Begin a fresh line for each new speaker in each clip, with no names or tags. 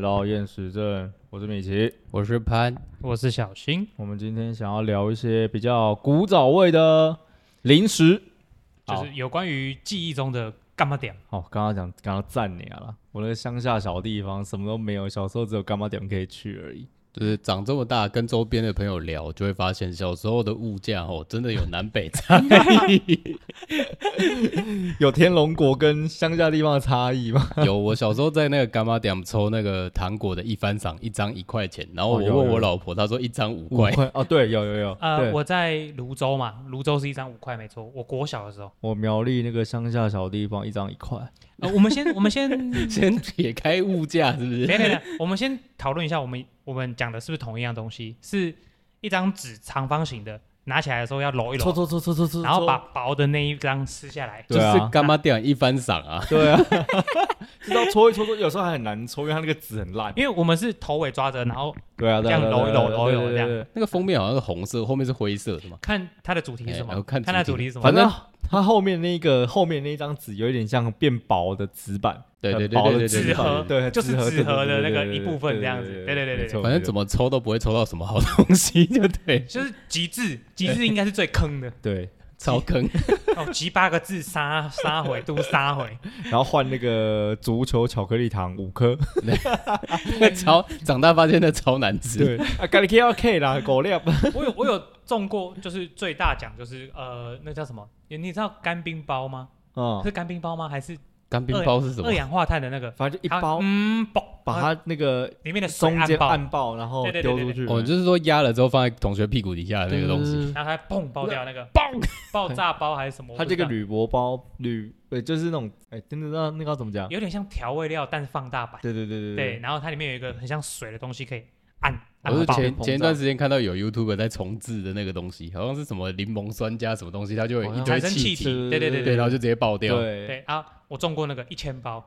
讨厌时政，我是米奇。
我是潘，
我是小新，
我们今天想要聊一些比较古早味的零食。
就
好
是有关于记忆中的干嘛点，
哦，刚刚讲刚刚赞你啊啦，我那个乡下小地方什么都没有，小时候只有干妈点可以去而已。
就是长这么大跟周边的朋友聊，就会发现小时候的物价哦，真的有南北差异。
有天龙国跟乡下地方的差异 吗？
有我小时候在那个干妈店抽那个糖果的一番赏，一张一块钱，然后我
哦有
问
有
我老婆，她说一张五
五
块。
哦，对，有有有。
呃，
对
我在泸州嘛，泸州是一张五块没错，我国小的时候，
我苗栗那个乡下小地方一张一块，
呃， 我们先我们先 等
先撇开物价，是不
一
是？
下等一下，我们先讨论一下，我们我们讲的是不是同一样东西？是一张纸长方形的，拿起来的时候要揉一
搓
揉，
搓搓搓搓搓，
然后把薄的那一张撕下来，
就
对啊
是干妈店一番赏啊，
对啊，知道搓一搓搓，有时候还很难搓，因为它那个纸很烂。
因为我们是头尾抓着，然后
对啊，对啊
这样
对啊
揉一揉
对啊
揉一揉
对啊
这样
对啊对啊
那个封面好像是红色，后面是灰色的嘛。
看它的主题是什
哎我
么，
看
看
主
它
题
主题是什么，
反正它后面那个后面那一张纸有一点像变薄的纸板，
对对
很
对
薄
对
的
对
纸
对
纸
板
盒
对，对
对，
就
纸
是纸盒的
对对
那
对
个
对
一部分这样子
对
对对对
没错
反正怎
么
么抽都不会抽到什么好东西，就对，
就是极致，极致应该是最坑的
对，
超坑。
哦，集八个字杀杀回都杀回，
然后换那个足球巧克力糖五 颗，
那超长大发现那超难吃。
对，啊，咖喱 K L K 啦，狗 粮，
我有我有中过，就是最大奖就是呃，那叫什么？你你知道干冰包吗？
哦
嗯，
是干冰包吗？还是
干冰包是什么
二？氧化碳的那个？
反正就一
它
包
嗯，爆
把它那个
里面的水
中间
按爆，
按爆，然后
对对对
丢
对
出
对
去，嗯
哦，就是说压了之后放在同学屁股底下的那个东西。
然后它砰爆掉那个爆爆炸包还是什么？
它
我不
这
知
个
道
铝箔包铝，呃，就是那种，哎，真的那那个要怎么讲？
有点像调味料，但是放大版。
对对对
对，然后它里面有一个很像水的东西可以按
我是
按爆。
前
前前一段时间看到有 YouTube 在重置的那个东西，好像是什么柠檬酸加什么东西，它就有一堆
产生
气
气体，
体，
对对对
对，然后就直接爆掉。
对，
对啊，我中过那个一千包，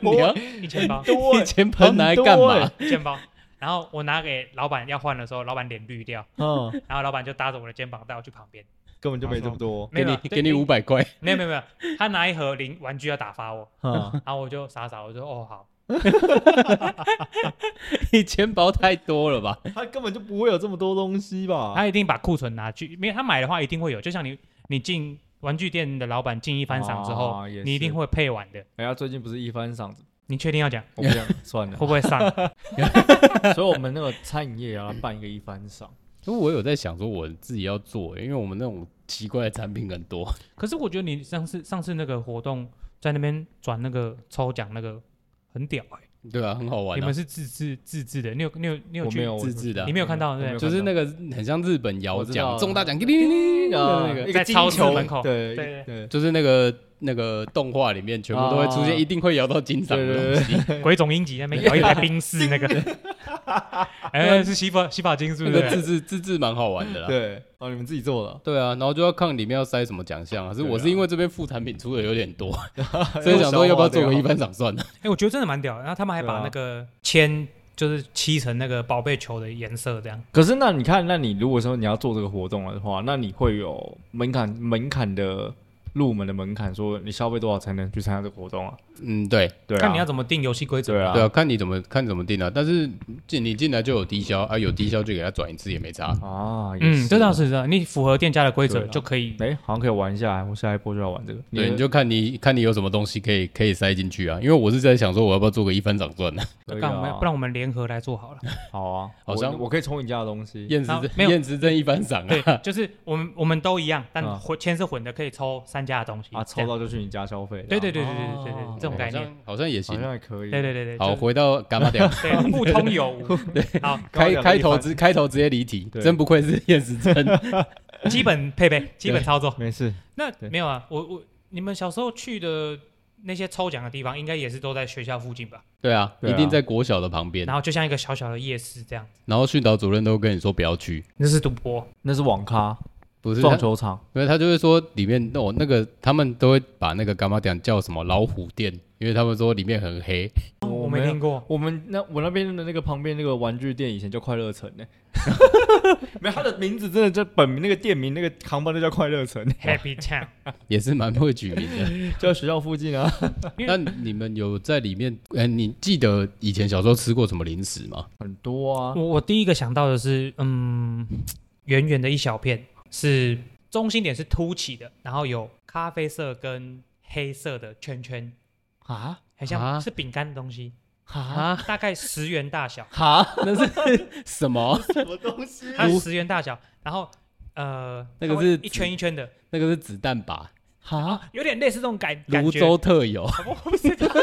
你要
一千包，
一千喷拿来干
很
嘛？
一千包。然后我拿给老板要换的时候，老板脸绿掉，
嗯，
然后老板就搭着我的肩膀带我去旁边。
根本就没这么多，
没
给
有
你
啊，对
给你五百块，
没有没有没有，他拿一盒零玩具要打发我，
嗯，
然后我就傻傻，我就哦好，
一千包太多了吧？
他根本就不会有这么多东西吧？
他一定把库存拿去，没有他买的话一定会有，就像你你进玩具店的老板进一番赏之后，
啊也是
你一定会配完的。
哎呀，最近不是一番赏，
你确定要讲
我不想算
会
了
不，会上？
所以我们那个餐饮业也要办一个一番赏，
因为我有在想说我自己要做，欸因为我们那种奇怪的产品很多，
可是我觉得你上次上次那个活动在那边转那个抽奖那个很屌哎、
对啊，很好玩
你
啊
们。是自制自制的，你有你有你有
我
去
没有
自制的啊
你没有看到对不对
就是那
个
个很像日本摇
我知道
奖中大奖，叮叮叮的那个，
一
在
个金
超市
球
门口
对
对
对
就是那个那个动画里面全部都会出
啊
现，一定会摇到金赏的东 西。
鬼冢英吉那边摇一台冰室那个，哎，是洗发洗发精是
那
不
个
是？
自制自制蛮好玩的啦。
对，哦，你们自己做的，
对啊，然后就要看里面要塞什么奖项啊。是
对啊
我是因为这边副产品出的有点 多，所以想说要不要做个一番赏算啊了。
哎，我觉得真的蛮屌的。然后他们还把
啊
那个铅就是漆成那个宝贝球的颜色，这样
可是那你看，那你如果说你要做这个活动的话，那你会有门槛门槛的入门的门槛，说你消费多少才能去参加这个活动啊？
嗯，对
对
看你要
啊，
怎么定游戏规则。
对啊
对啊，看你怎么看你怎么定啊。但是进你进来就有低消啊，有低消就给他转一次也没差。
啊，也
嗯，
是
这倒是的，你符合店家的规则
对啊
就可以。
哎，好像可以玩一下，我下一波就要玩这个，
对，你就看你看你有什么东西可以可以塞进去啊。因为我是在想说我要不要做个一番赏算呢？
可以
干
啊
我们要不然我们联合来做好了。
好啊，
好
我
像
我可以抽你家的东西，
验时
好
证
没有
验时证一番赏
对
啊，，
就是我们我们都一样，但
嗯
混铅是混的，可以抽三家的东西
啊，
这
抽
样
到就去你家消费，
对对对对
这样
对对对对，这种概
好
念。
像好像也
好
行。
像还可以，
对对对对，
好，
就是
回到伽马 点。
对互通有无。好，
刚刚
开
讲
开
的一
头
番
直开头直接离题，
对
真不愧是验时 证。
基本配备，基本操作。
没事，
那
对
没有啊，我我你们小时候去的那些抽奖的地方，应该也是都在学校附近吧？
对啊，
对啊
一定在国小的旁边
然。后就像一个小小的夜市这样，
然后训导主任都跟你说不要去，
那是赌博，
那是网咖，
不是他
撞球场，
因为他就会说里面哦那个他们都会把那个伽马店叫什么老虎店，因为他们说里面很黑。
我
没
没
有
听过。
我们那我那边的那个旁边那个玩具店以前叫快乐城 呢、没有它的名字真的叫本名那个店名那个扛棒就叫快乐城，
Happy Town，
也是蛮会取名 的。
就在学校附近啊。
那你们有在里面？哎、你记得以前小时候吃过什么零食吗？
很多啊，
我我第一个想到的是，嗯，圆圆的一小片，是中心点是凸起的，然后有咖啡色跟黑色的圈圈，
啊
很
啊
像是饼干的东西，
啊
啊，
大概十元大小，
啊！
那是 什么？
什么东西
它是十元大小，然后呃，
那个
它会
是
一圈一圈的，
那个是子弹吧？
啊？
有点类似这种感感
泸
觉。
州特有。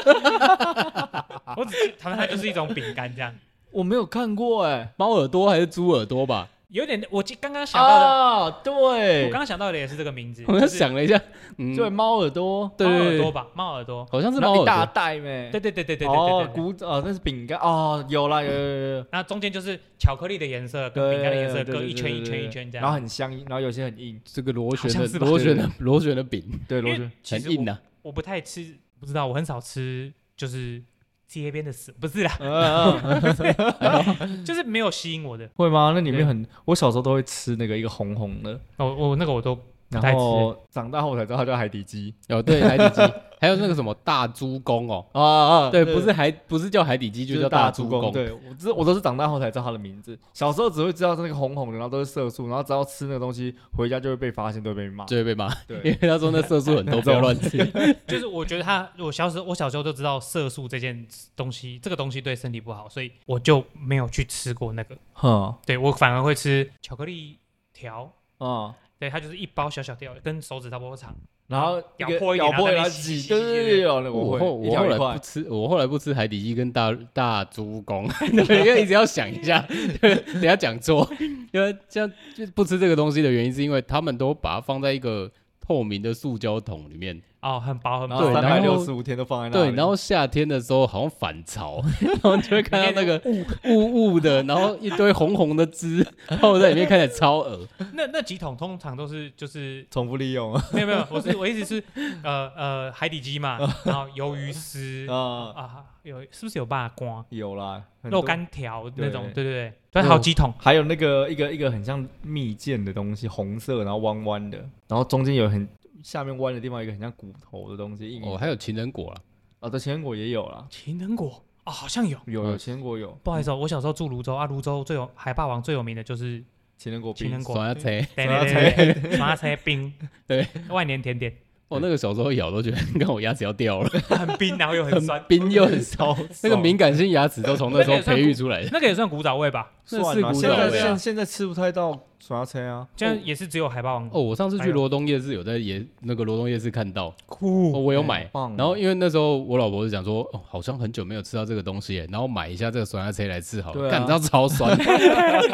啊我只是它它就是一种饼干这样，
我没有看过哎、
猫耳朵还是猪耳朵吧？
有点我记刚刚想到的，
啊，
我
对
刚，刚想到的也是这个名字，
哦我刚
就是
想了一下，嗯，
对，猫耳朵，
对
猫
对
耳
对
朵吧，猫耳朵，
好像是
那
猫
一大
耳朵。
袋没？
对对对对对对对
哦
对，。
古哦，那是饼干哦，有啦有有有有，
那中间就是巧克力的颜色跟
对，
饼干的颜色
对
各一圈一圈一圈这样。
然后很香，然后有些很硬，
这个螺旋
好
的
像是吧
螺旋
对
的螺旋的饼
对，
因
螺
为
旋
其
很
实
硬
我
啊，
我不太吃，不知道我很少吃，就是街边的食，不是啦，
嗯嗯嗯
就是没有吸引我的。
会吗？那里面很，我小时候都会吃那个一个红红的，
我哦我那个我都不太
然
吃
后长大后才知道它叫海底鸡
哦， 对，海底鸡，还有那个什么大猪公哦，
啊啊
对，不是海，不是叫海底鸡，
就
叫
是大
猪
猪公，对我这我都是长大后才知道它的名字，小时候只会知道是那个红红的，然后都是色素，然后只要吃那个东西回家就会被发现，都会被骂。
就会被骂，因为
对，
他说那色素 很多，不要乱吃。
就是我觉得它，我小时候我小时候就知道色素这件东西，这个东西对身体不好，所以我就没有去吃过那个。
哼
对我反而会吃巧克力条，
啊，
对，它就是一包小小条，跟手指差不多长。
然后
咬
一个
破一点
咬破然后
然后再吸
挤，
吸
对
吸
对
吸
对，有了
我
我
后
会一
我
条
后
一
来
块
不，吃，我后来不吃海底鸡跟大大猪公， 对，因为一直要想一下， 对等一下讲错， 因为这样就不吃这个东西的原因是因为他们都把它放在一个透明的塑胶桶里面，
哦，很薄很
然
薄，
后
对
三
然
百
后
六十五天都放在那里。
对，然后夏天的时候好像反潮， 然后就会看到那个雾雾的，然后一堆红红的汁泡在里面，看起来超 恶
那那几桶通常都是就是
重复利用啊
没有没有，我是我意思是，呃呃，海底鸡嘛， 然后鱿鱼丝
啊，
啊，有是不是有霸瓜、
有啦，很
肉
多
干条那种？
对
对对对，反正好几桶。
还有那个一个一个很像蜜饯的东西，红色，然后弯弯的，然后中间有很下面弯的地方，有一个很像骨头的东西。硬硬
哦，还有情人果啦，
啊，对，前果也有啦，
情人果啊，好像有。
有
嗯
有前果有，
不好意思哦，我小时候住泸州啊，泸州最有海霸王最有名的就是
情人果
情人
冰，
果，
酸啊菜
对，对
酸
对对 对，麻菜冰，
对，
万年甜点，
嗯
哦，那个小时候咬都觉得 跟我牙齿要掉了，
很冰，然后又很酸
很， 冰又很骚，那个
爽啊
敏感性牙齿都从那时候
那个也算
培育出
嗯
来的。
那个也算古早味吧？
那
算
是
啦，
古
现
早
在
味啊
现现在吃不太到刷车啊，
这样也是只有海霸王
哦，我上次
哎
还
去
有
罗东夜市有在也那个罗东夜市看到，哦，
酷。
我有
嗯
买。
棒
然后
哦
因为那时候我老婆就讲说，哦，好像很久没有吃到这个东西耶，然后买一下这个酸辣菜来吃好
对
了，
啊
感到超酸，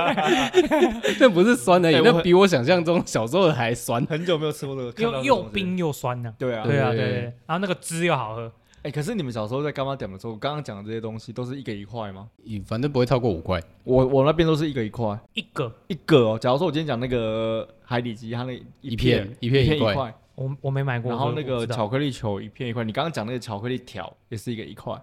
那不是酸而已，
哎我
那
很
比我想象中小时候的还酸。
很久没有吃过这个，看到
又
这
又
种东西，
冰又酸呢、
对啊，
对
对啊，
对
对
对
对，对然后那个汁又好喝，
哎，可是你们小时候在干妈点的时候，我刚刚讲的这些东西都是一个一块吗？
咦反正不会超过五块，
我我那边都是一个一块，
一个
一个哦。假如说我今天讲那个海底鸡，它那
一
片
片一
片
片一
一
块
块，
我我没买过，
然后
所以
那个
我不知道
巧克力球一片一块，你刚刚讲那个巧克力条也是一个一块，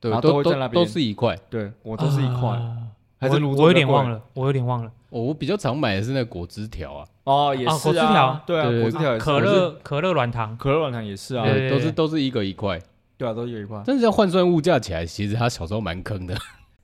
对
然，后
都
都会在
都
那
都
边
是一块。
对我都是一块，
啊
还是
我
泸州比
我有
较
点忘
贵
了，我有点忘了。
哦，我比较常买的是那个果汁条啊，
哦，也
啊
是
果汁条
对啊，
对
果汁条也是
可乐可乐软糖，
可乐软糖也是啊，
对
对，都是都是一个一块。
对啊，都有一块，
但是要换算物价起来，其实他小时候蛮坑的，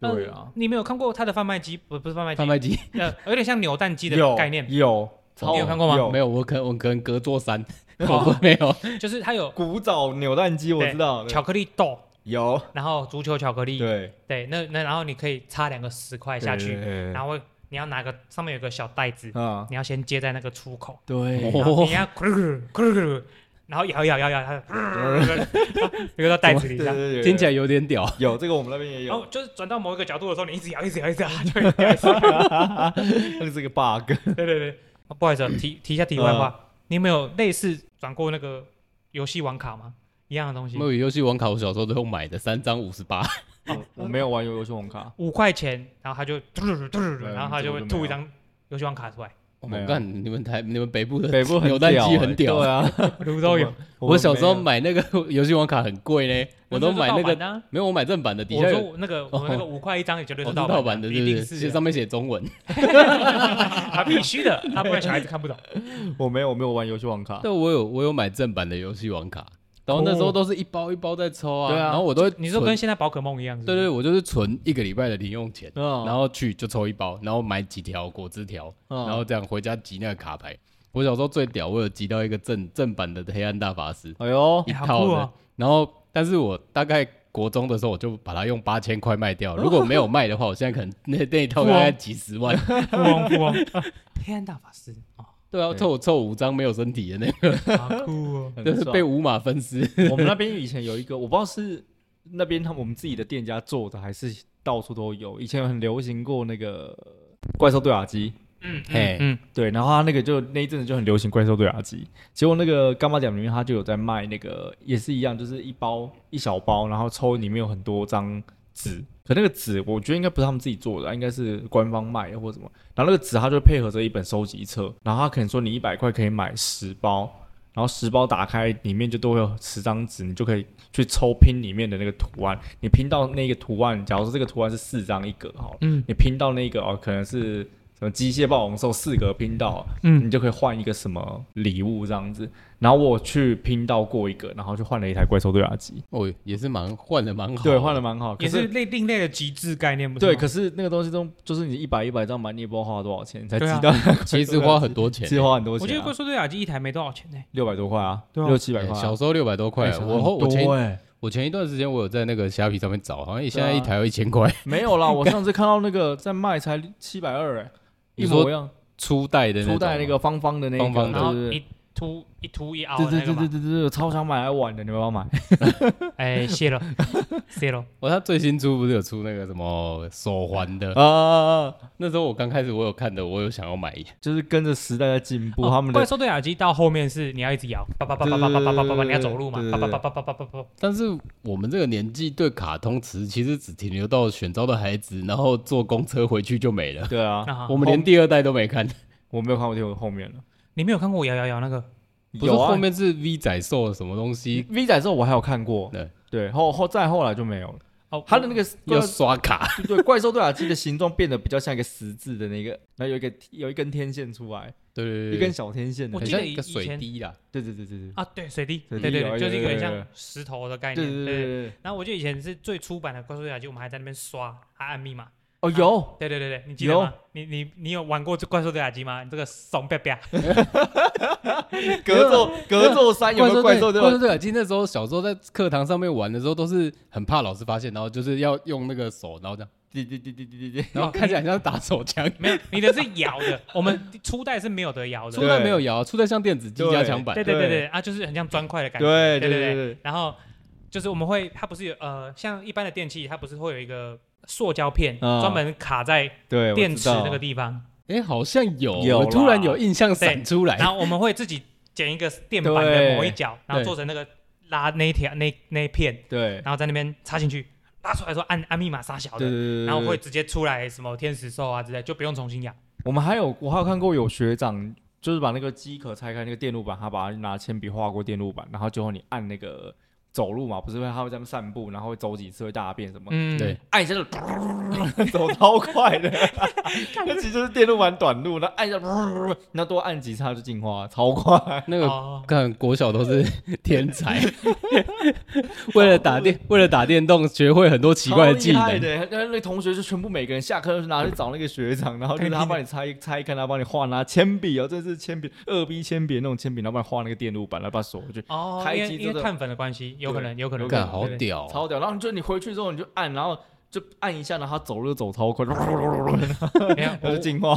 对啊，
你没有看过它的贩卖机？不不是贩卖机
贩，卖机
呃，有点像扭蛋机的
有
概念，
有，
超
你有看过吗
有
没有，我可能我可能隔座 山，我 没有。
就是它有
古早扭蛋机我知道，对
巧克力豆，
有
然后足球巧克力，
对
对，那那然后你可以插两个十块下去，然
后
后你要拿个上面有个小袋子，
啊
你要先接在那个出口，
对
哦
然 后你要咕噜咕噜咕噜咕噜，然后摇摇摇摇，它 流到袋子里
嗯对
这样。
对，哦
听起
来
来有点屌。
有这个我们那边也
然后
有，
就是转到某一个角度的时候，你一直摇，一直摇，一直摇，它就会 掉下来
啊 那个是个 bug，
对对对，啊不好意思啊，提提一下题外
嗯
话，你有没有类似转过那个游戏网卡吗？一样的东西
没，有游戏网卡，我小时候都用买的，三张五十 八。
我没有玩游游戏网卡，
五块钱，然后他就嘟嘟嘟嘟嘟，
对
然后他就会
这个我就没有
吐一张游戏网卡出来，
我
没有
干、你们台你们北部的
北部很
扭蛋
屌
机
欸
很屌
对啊，
泸州有，
我小时候
没有
买那个游戏王卡很贵 呢，我都买那
个
个，没有我买正版的，底
我
下
说
有
我那个啊我们那个五块一张也绝对
哦
是
是
盗
盗版的，
一
对
定
不
是
对？
的
上面写中文。
啊，必须的，啊，不然小孩子看不懂。
我没有我没有玩游戏王
啊
卡，
但我有我有买正版的游戏王卡，然后那时候都是一包一包在抽啊，
对啊
然后我都会
哦你说
存
跟现在宝可梦一样是不
对
是，
对，我就是存一个礼拜的零用钱，
嗯
然后去就抽一包，然后买几条果汁条，
嗯
然后这样回家集那个卡牌。我小时候最屌，我有集到一个正正版的黑暗大法师
哎 呦
一
哎好
套
酷
的，
哦
然后但是我大概国中的时候我就把它用八千块卖掉，如果没
哦
有卖的话，我现在可能那那一套大概几 十万。
富翁富翁， 黑暗大法师哦，
对啊，
对
凑凑五张没有身体的那个，
好 酷哦，
很
就是
爽嗯
被五马分尸。
我们那边以前有一个，我不知道是那边他们我们自己的店家做的，还是到处都有。以前很流行过那个怪兽对打机，
嗯
嘿
嗯
对，然后他那个就那一阵子就很流行怪兽对打机。结果那个干妈店里面他就有在卖那个，也是一样，就是一包一小包，然后抽里面有很多张纸。可那个纸，啊我觉得应该不是他们自己做的啊，应该是官方卖的或什么。然后那个纸，它就配合着一本收集册，然后他可能说你一百块可以买十包，然后十包打开里面就都会有十张纸，你就可以去抽拼里面的那个图案。你拼到那个呃图案，假如说这个图案是四张一格好了，
嗯
你拼到那个哦，可能是什么机械暴龙兽四格拼到，你
嗯，
就可以换一个什么礼物这样子。然后我去拼到过一个，然后就换了一台怪兽对打机，
哦，也是蛮换的蛮好的，
对，换的蛮好。可
也
是
是类另类的极致概念，不是吗？
对，可是那个东西中，就是你一百一百张买，你也不知道花了多少钱，你才知
对啊
道，
其实花很多钱
其。实花很多
我记
钱
得怪
啊，
兽对讲机一台没多少钱呢，
六百多块啊，
对啊
六七百块啊。
欸小时候六百多块，
哎
我后我
很
前
多哎
我前一段时间我有在那个虾皮上面找，好像现在
对啊
一台要一千块，
没有啦，我上次看到那个在卖才七百二，哎，
你
一
说
模一样，
初代的那种啊
初代那个方方的那个，
方方的
然
对
后
对对
一凸一凸一凹
对
的
对
那
对
个
对
嘛，
对对，我超想买来玩的，你们要不要买？
哎，谢了 谢了，
我哦他最新出不是有出那个什么手环的？
啊，
那时候我刚开始我有看的，我有想要买一，
就是跟着时代在进步，
哦
他们的
怪兽对讲机到后面是你要一直摇，叭叭叭叭叭叭叭叭叭叭，你要走路嘛，叭叭叭叭叭叭叭叭，
啊
但是我们这个年纪对卡通词其实只停留到选招的孩子，然后坐公车回去就没了。
对啊，哦
啊
我们连第二代都没看，
我没有看过听后面了。
你没有看过我摇摇摇那个？
不是
有啊
后面是 V 仔兽什么东西
V 仔之后我还有看过，
对
对，后后再后来就没有了。
哦，
他的那个
要刷卡，
对啊对怪兽对打机的形状变得比较像一个十字的那个，然后有一个有一根天线出来，
对对
一
对对
根，小天线的
我
很
那
记
个，
像一个
得以
水
前
滴啦。
对对对对
啊，对，水滴，
水
对
滴
对
有有
对，就是
有
一个很
有
像
有
石头的概
对对
念，
对
对
对
对。
对，对
然后我记得以前是最出版的怪兽对讲机，我们还在那边刷，还按密码。
哦有，
对对对对，你记得吗？你你你有玩过这怪兽对讲机吗？你这个怂啪啪，
格斗格斗三有没有怪兽对
怪
打
兽对讲机那时候小时候在课堂上面玩的时候，都是很怕老师发现，然后就是要用那个手，然后这样，
滴滴滴滴滴滴滴，
然后看起来很像打手枪。
没有，你的是摇的，我们初代是没有得摇
初
的。
代没有摇，初代像电子机
对
加强版
对，对对对啊，就是很像砖块的感觉。
对对
对对
对
对
对，
然后就是我们会，它不是有呃，像一般的电器，它不是会有一个塑胶片
嗯
专门卡在
对，我
电
知
池
道
那个地方，
哎，好像有，
有
我突然
啦
有印象闪出来
然。后我们会自己剪一个电板的
对
某一角，然后做成那个拉那一条那那一片，
对
然后在那边插进去，拉出来说按按密码杀小
对对对
的，
对，
然后
对
会直接出来什么天使兽啊之类，就不用重新养。
我们还有我还有看过有学长就是把那个机壳拆开，那个电路板，他把它拿铅笔画过电路板，然后最后你按那个走路嘛，不是会他会在那边散步，然后会走几次会大便什么，
嗯，
对，，
按一下就 走超快的，那其实就是电路板短路，然后按一下，那多按几次它就进化，超快。
那个
哦，
看国小都是天 才，为了打电为了打电动，学会很多 奇怪的技
超厉害
能。
的，那那同学就全部每个人下课都是拿去找那个学长，然后就是他帮你拆拆开，然后帮你画拿铅笔哦，这是铅笔二 B 铅笔那种铅笔，然后帮你画那个电路板，然后把手去
哦，
开
因为
机
因
这
为
个
碳粉的关系，有可能，有可能，
有可
干
能
好
对对
屌哦，
超屌。然后就你回去之后你就按，然后就按一下，然后它走路就走超 快，
没有
它
我
就进化。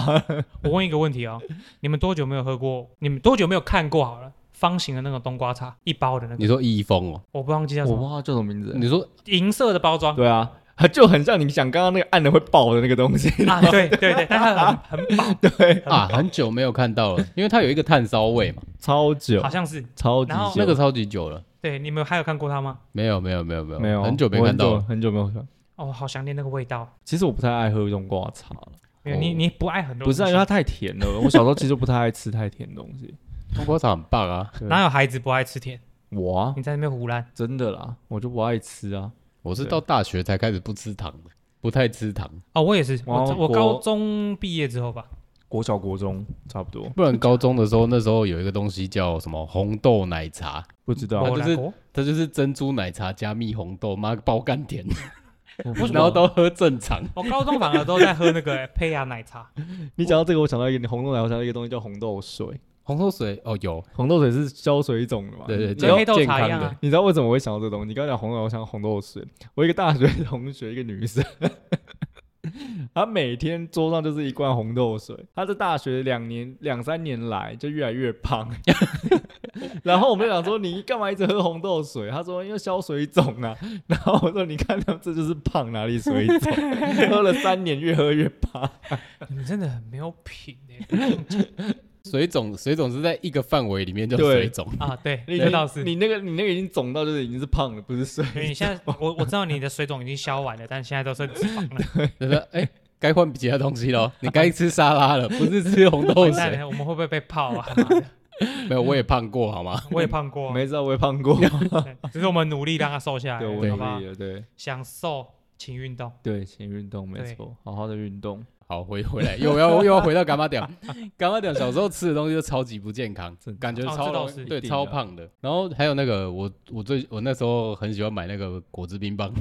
我问一个问题哦，你们多久没有喝过？你们多久没有看过？好了，方形的那个冬瓜茶，一包的那个，
你说易峰哦，
我不忘记叫什
我
么，
忘了叫什么名字。
你说
银色的包装
对啊，就很像你想刚刚那个按的会爆的那个东 西。
啊，对对对，但它很很薄，
对，
啊，很久没有看到了，因为它有一个炭烧味 嘛，
超久
好，像是。
超级
然后
久。
那个超级久了。
对，你们还有看过它吗？
没有没有没有没有
没有，
很久没
我
看到了。
很久没有看。
哦，好想念那个味道。
其实我不太爱喝冬瓜茶了
没有你
哦
你不爱很多
不
东
是
西，
啊，因为它太甜 了。我小时候其实不太爱吃太甜的东西。
冬瓜茶很棒啊，
对
哪有孩子不爱吃甜？
我啊，
你在那边胡乱，
真的啦，我就不爱吃啊。
我是
对
到大学才开始不吃糖的，不太吃糖，
哦，我也是，我
哇
我
我
高中毕业之后吧，
国小国中差不多，
不然高中的时候那时候有一个东西叫什么红豆奶茶，
不知
它
道
我
就
来
是
过
它就是珍珠奶茶加蜜红豆，妈爆甘甜，
我不知道
然后都喝正常。
我高中反而都在喝那个哎胚芽奶茶，
你讲到这个，我想到一个红豆奶，我想到一个东西叫红豆水。
红豆水哦有，
红豆水是消水肿的嘛？
对对，
你知
跟
道
健
嗯黑豆
健
茶一
康
样
的
啊。
你知道为什么我会想到这个东西？你刚刚讲红豆，我想到红豆水。我一个大学同学，一个女生， 她每天桌上就是一罐红豆水。她在大学两年两三年来就越来越胖， 然后我们就想说你干嘛一直喝红豆水？她说因为消水肿啊。然后我说你看她这就是胖哪里水 肿，喝了三年越喝越胖。
你们真的很没有品哎、
水肿，水肿是在一个范围里面叫
对
水肿，
啊！ 对，
你
这倒是，
你那个你那个已经肿到就是已经是胖了，不是水。
因为你现在我我知道你的水肿已经消完了，但现在都是脂肪了。
就是哎，该换其他东西 咯，你该吃沙拉了，不是吃红豆
完蛋
水。
了，我们会不会被泡啊？妈的
没有，我也胖过好吗？
我也胖过啊，
没知道我也胖过，
对只是我们努力让它瘦下来，
对我
好
努
不好
力？了，对。
享受，请运动。
对，请运动没
对
错，好好的运 动，
好，回回来又要又要回到干妈屌，干妈屌小时候吃的东西就超级不健康
真，的
感觉
哦
超
这倒
容
是
对
一定
超
的
胖的。然后还有那个我我最我那时候很喜欢买那个果汁冰棒，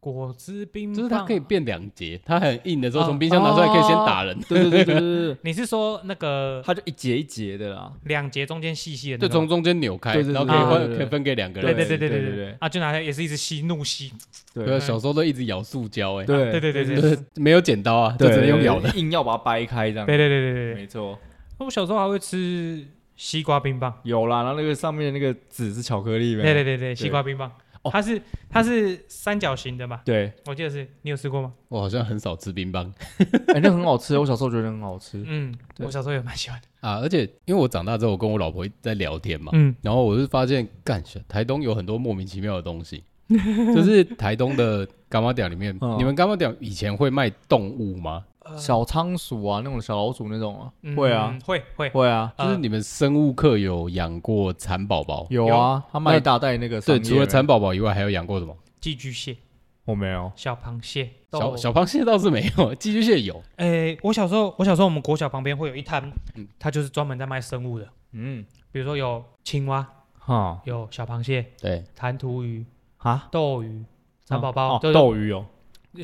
果汁冰棒，啊
就是它可以变两节，它很硬的时候
哦
从冰箱拿出来可以先打人，
对对对对对对，
你是说那个
它就一节一节的啦，
两节中间细细的
就
那种
从？中间扭开，
对对
然
对
后可
对对
以换
对
可以分给两个
对
人。
对对对
对
对
对对
对啊，就拿来也是一直吸怒吸，
对，
对
小时候都一直咬塑胶，哎，
对
对对对对
就
对
是没有剪刀啊，就
对，
只能用咬的。
对，硬要把它掰开这样，
对对对对对。
嗯没错，
我小时候还会吃西瓜冰棒，
有啦，然后那个上面的那个籽是巧克力呗，
对对对对，西瓜冰棒
哦，
它是它是三角形的嘛？
对，
我记得是你有吃过吗？
我好像很少吃冰棒
哎，那个很好吃，我小时候觉得很好吃，
嗯，
对
我小时候也蛮喜欢的。
啊，而且因为我长大之后，我跟我老婆一直在聊天嘛，
嗯，
然后我就发现，干，台东有很多莫名其妙的东西，就是台东的干妈店里面，
嗯
你们干妈店以前会卖动物吗？
呃
小仓鼠啊，那种小老鼠那种啊，
嗯
会啊，
会会
会啊，
就是
嗯
你们生物课有养过蚕宝宝？
有啊，他卖
那
一大袋那个桑
对，
叶，
除了蚕宝宝以外，还有养过什么？
寄居蟹、
我没有，
小螃蟹、
小
豆
小螃蟹倒是没有，寄居蟹有。
诶、我小时候，我小时候我们国小旁边会有一摊
嗯，
它就是专门在卖生物的，
嗯，
比如说有青蛙、
哈
有小螃蟹、
对，
弹涂鱼、
啊，
斗鱼、蚕宝宝，
哦
就是
斗鱼哦，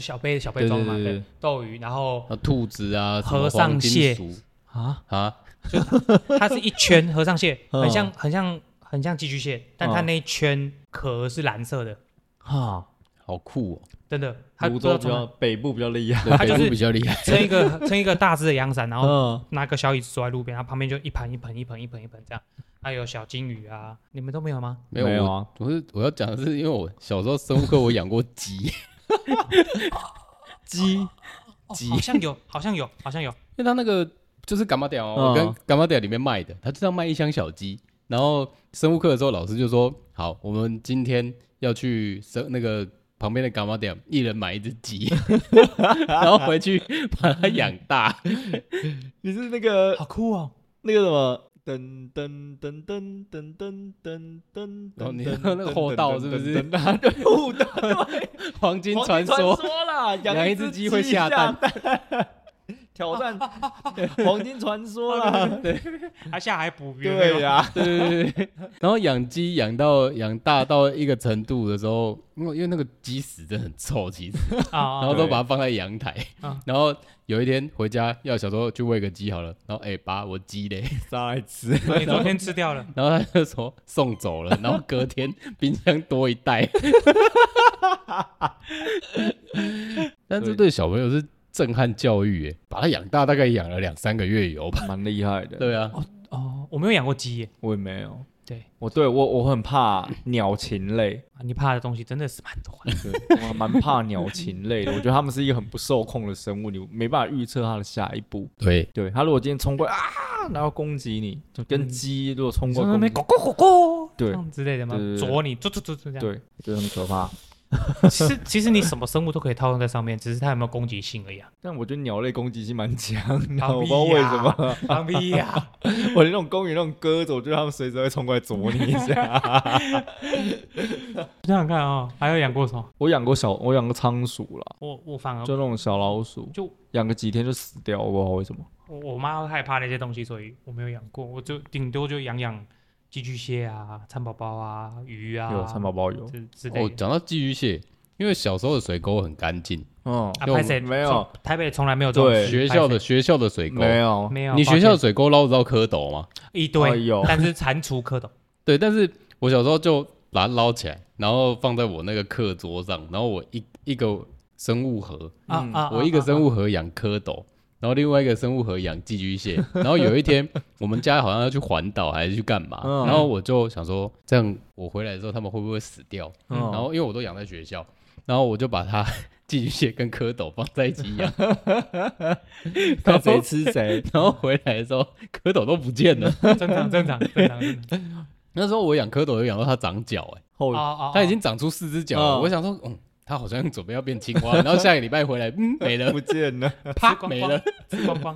小杯小杯装的嘛，
对对对
对，斗鱼，然后
那兔子啊，什么
和尚
黄金
蟹
鼠
啊，
啊，
它是一圈和尚蟹，
嗯
很像很像很像寄居蟹，但它
嗯
那一圈壳是蓝色的，
哈，
好酷哦！
真的，它
泸
不知
州
道
比
从
较
哪
北部比较厉害，
对，
它就
北部
是
比较厉害。
撑一个撑一个大只的阳伞，然后
嗯。
拿个小椅子坐在路边，它旁边就一盆一盆一盆一盆一盆这样，还有小金鱼啊，你们都没有吗？
没有
没有
我
啊
我是我要讲的是，因为我小时候生物课我养过鸡，
鸡，
哦
鸡
好像有， 好像有，好像有。
因为它那个就是干妈屌哦，
嗯
我跟干妈屌里面卖的，它就这样卖一箱小鸡。然后生物课的时候，老师就说：“好，我们今天要去生那个旁边的干妈店，一人买一只鸡，然后回去把它养大。
你是那个
好酷哦！
那个什么？噔噔噔噔噔噔噔噔，
然后你那个后道是不是
噔？噔对，后道，
黄金
黄
传
金传
说，
说啦，
养
养
一
一
只
只
鸡
鸡
会下
下
蛋，
挑战黄金传说啦，
他下海捕鱼，
对
呀、
呀，
对对对 对。然后养鸡养到养大到一个程度的时候，因为因为那个鸡屎真的很臭，其实。
啊，
然后都把它放在阳台
啊，
然后有一天回家要小时候去喂个鸡好了，然后哎、把我鸡嘞，
上来吃，
你昨天吃掉了，
然后他就说送走了，然后隔天冰箱多一袋， 但这对小朋友是震撼教育哎，把它养大大概养了两三个月有吧？
蛮厉害的。
对啊，
哦，我没有养过鸡耶，
我也没有，
对
我对我我很怕鸟禽类，
啊你怕的东西真的是蛮多的，
对，我蛮怕鸟禽类的。我觉得它们是一个很不受控的生物，你没办法预测它的下一步。
对，
对，它如果今天冲过来啊，然后攻击你，就跟
嗯
鸡如果冲
你
过
说
来
那
攻击
边咕咕咕咕，
对
这样之类的吗
对对？对
啄你，啄啄啄啄这样，
对，就很可怕。
其实 其实你什么生物都可以套用在上面，只是它有没有攻击性而已啊。
但我觉得鸟类攻击性蛮强的，
啊
我不知道为什么。
放屁呀！
我那种公园那种鸽子，我觉得它们随时会冲过来啄你一 下。
想想看啊、还有养过什么？
我养过小，我养过仓鼠啦，
我我反而
就那种小老鼠，
就
养个几天就死掉，我不知道为什么。
我我妈会害怕那些东西，所以我没有养过，我就顶多就养养寄居蟹啊、蚕宝宝啊、鱼啊、
有蚕宝宝有，
之之类
哦，
的。
讲到寄居蟹，因为小时候的水沟很干净，
嗯，
啊，
就
拍谁
没有？
从台北从来没有这种
对
事
学校
拍
的学校的水沟，
没有
谁，没有，
你
抱
学校的
歉
水沟捞得到蝌蚪吗？
一
哎
堆，
呦，
但是蟾蜍蝌蚪，
对，但是我小时候就把它捞起来，然后放在我那个课桌上，然后我一一个生物盒，
啊
嗯
啊，
我一个生
物
物盒养蝌蚪，然后另外一个生物盒养寄居蟹。然后有一天，我们家好像要去环岛还是去干嘛，
嗯
然后我就想说，这样我回来的时候他们会不会死掉？
嗯
然后因为我都养在学校，然后我就把它 寄居蟹跟蝌蚪放在一起 养，
看谁吃谁。
然后回来的时候蝌蚪都不见了。
啊正常正常正常正常。
那时候我养蝌蚪，有养到它长脚、欸，
后
哦哦，
它已经长出四只脚
嗯
了。我想说，嗯，它好像准备要变青蛙了，然后下个礼拜回来，嗯，没了
不，见了，
啪
没了。
吃光光。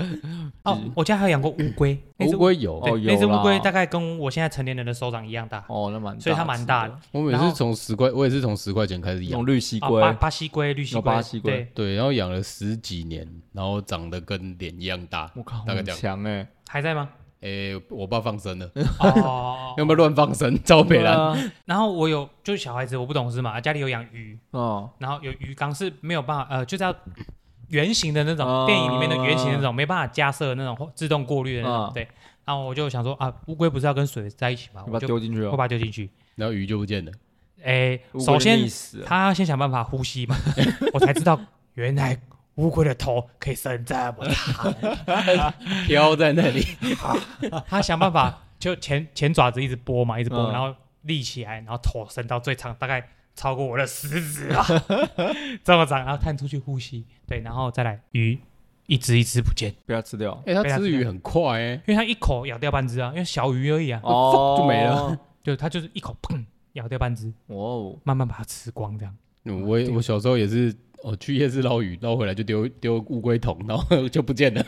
哦，我家还有养过乌龟，那只
乌龟有，
哦
对，
有
那只乌龟
啦
大概跟我现在成年人的手掌一样大，
哦，那蛮，
所以它蛮大的，。
我每
然后
次从十块，我也是从十块钱开始
那
养，
种绿蜥
啊，
龟
巴，巴西龟、绿蜥
有
龟、
巴西龟
对，
对，然后养了十几年，然后长得跟脸一样大。
我靠，
大概
很
这样
强哎，
还在吗？
诶、我爸放生了，
哦，
要不要乱 放生？招北兰，
啊，
然后我有就是小孩子，我不懂事嘛，家里有养鱼，
哦，
然后有鱼缸是没有办法，呃，就是要圆形的那种，
啊
电影里面的圆形的
哦
那种，没办法加设的那种自动过滤的那种，
啊
对。然后我就想说啊，乌龟不是要跟水在一起吗？
你
我
把它
就
丢进去
我
哦。
把它丢进去。
然后鱼就不见了。
哎，
乌龟
首先
溺死了，
它要先想办法呼吸嘛， 我才知道原来乌龟的头可以伸这么
飘在那 里，
大，它想办 法就前前爪子一直拨嘛，一直拨，
嗯
然后立起来，然后头伸到最长，大概超过我的食指啊， 这么长，然后探出去呼吸，对，然后再来鱼一只一只不见，
被它吃 掉，
诶、它哎吃鱼很快、诶，
因为它一口咬掉半只啊，因为小鱼而已啊，
哦，
就 没了。
就它就是一口砰咬掉半只，
哦，
慢慢把它吃光这样。
嗯我也我小时候也是，我去夜市捞鱼，捞回来就丢丢乌龟桶，然后就不 见了。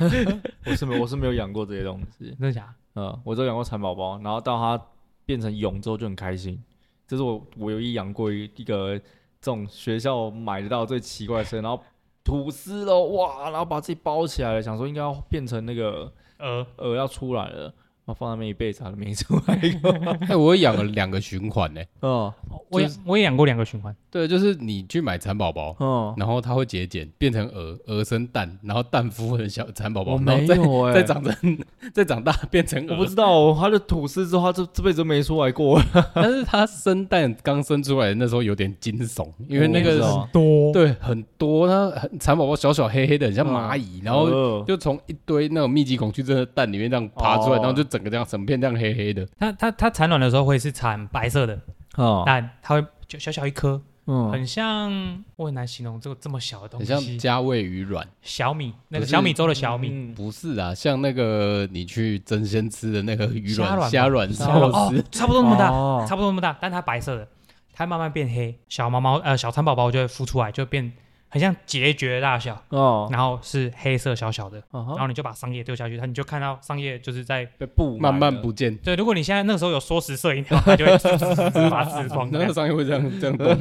我是没我是没有养过这些东西，
真的假的？
嗯，我只有养过蚕宝宝，然后到它变成蛹之后就很开心。这是我我有一养过一一个这种学校买得到最奇怪的生，然后吐丝了哇，然后把自己包起来了，想说应该要变成那个
呃，
呃要出来了，然后放在那边一辈子还没出来过。
哎、我养了两个循环呢、诶
嗯
我养我也养过两个循环，
对，就是你去买蚕宝宝，
嗯，
然后它会节俭，变成鹅，鹅生蛋，然后蛋孵成小蚕宝宝，
我
然
没
后再
有哎、
再长成再长大变成
我不
鹅，
知道、哦，它就吐丝之后，它这这辈子都没出来过。
但是它生蛋刚生出来的那时候有点惊悚，因为那
我知
个
道
很哦多，
对很多，它很蚕宝宝小小黑黑的，很像蚂蚁，然后
后
就从一堆那种密集恐惧症的蛋里面这样爬出来，
哦
然后就整个这样整片这样黑黑的，
它它它产卵的时候会是产白色的
哦
啊，
蛋，它会就小小一颗，
嗯，
很像我很难形容这个这么小的东
很像
西，
加味鱼卵。
小米那个
不是
小米粥的小米，
嗯，
不是啊，像那个你去争先吃的那个鱼
虾卵吧
卵虾卵
虾卵
寿司，
差不多那么大，
哦
差不多那么大，但它白色的，它慢慢变黑，小毛毛呃小蚕宝宝就会孵出来，就变很像结节的大小，
哦，
然后是黑色小小的，
啊哈
哦
然后你就把桑叶丢下去，它你就看到桑叶就是在。
被布
慢
满了
慢不见。
对，如果你现在那个时候有缩时摄影的话，它就会滋滋滋滋把它吃光 这
那
样
个。商业会这样这样动，